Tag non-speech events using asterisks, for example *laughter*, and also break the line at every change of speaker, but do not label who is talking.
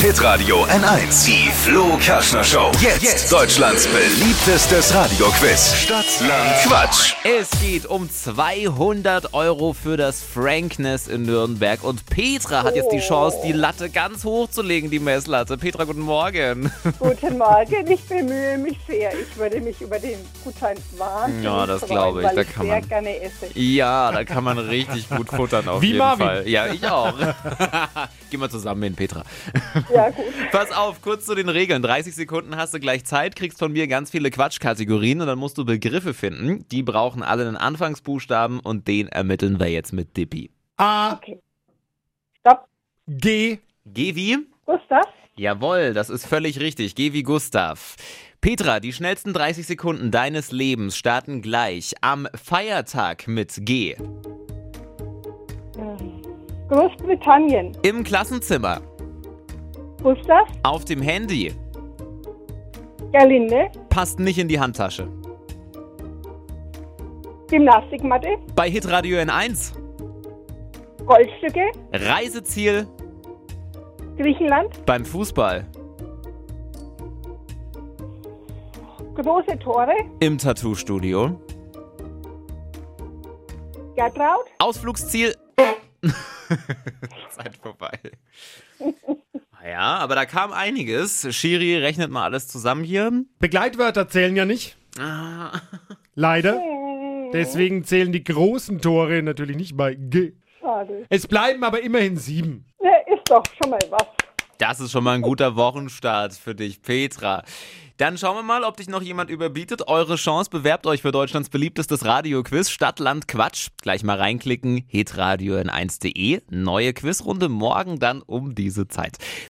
Pit Radio N1, die Flo Kaschner Show. Jetzt, Deutschlands beliebtestes Radioquiz. Stadt, Land, Quatsch.
Es geht um 200 Euro für das Frankness in Nürnberg. Und Petra hat jetzt die Chance, die Latte ganz hoch zu legen, die Messlatte. Petra, guten Morgen.
Guten Morgen, ich bemühe mich sehr. Ich würde mich über den Gutschein wahnsinnig
Ja, das
freuen,
glaube ich,
weil
da
ich
kann
sehr
man-
gerne esse.
Ja, da kann man richtig gut futtern auf
Wie
jeden
Marvin.
Fall. Ja, ich *laughs* auch. Gehen wir zusammen hin, Petra.
Ja, gut.
Pass auf, kurz zu den Regeln. 30 Sekunden hast du gleich Zeit, kriegst von mir ganz viele Quatschkategorien und dann musst du Begriffe finden. Die brauchen alle einen Anfangsbuchstaben und den ermitteln wir jetzt mit Dippi.
A,
Stopp,
G,
Geh wie?
Gustav.
Jawohl, das ist völlig richtig. Geh wie Gustav. Petra, die schnellsten 30 Sekunden deines Lebens starten gleich am Feiertag mit G.
Großbritannien.
Im Klassenzimmer,
Gustav,
auf dem Handy,
Gerlinde,
passt nicht in die Handtasche.
Gymnastikmatte,
Bei Hitradio N1,
Goldstücke,
Reiseziel,
Griechenland,
beim Fußball,
große Tore,
im Tattoo-Studio,
Gertraud,
Ausflugsziel. *laughs* Zeit vorbei. Ja, aber da kam einiges. Shiri rechnet mal alles zusammen hier.
Begleitwörter zählen ja nicht. Leider. Deswegen zählen die großen Tore natürlich nicht bei G.
schade.
Es bleiben aber immerhin sieben.
Ja, ist doch schon mal was.
Das ist schon mal ein guter Wochenstart für dich, Petra. Dann schauen wir mal, ob dich noch jemand überbietet. Eure Chance, bewerbt euch für Deutschlands beliebtestes Radioquiz Stadt, Land, Quatsch. Gleich mal reinklicken, hitradio n1.de. Neue Quizrunde morgen dann um diese Zeit.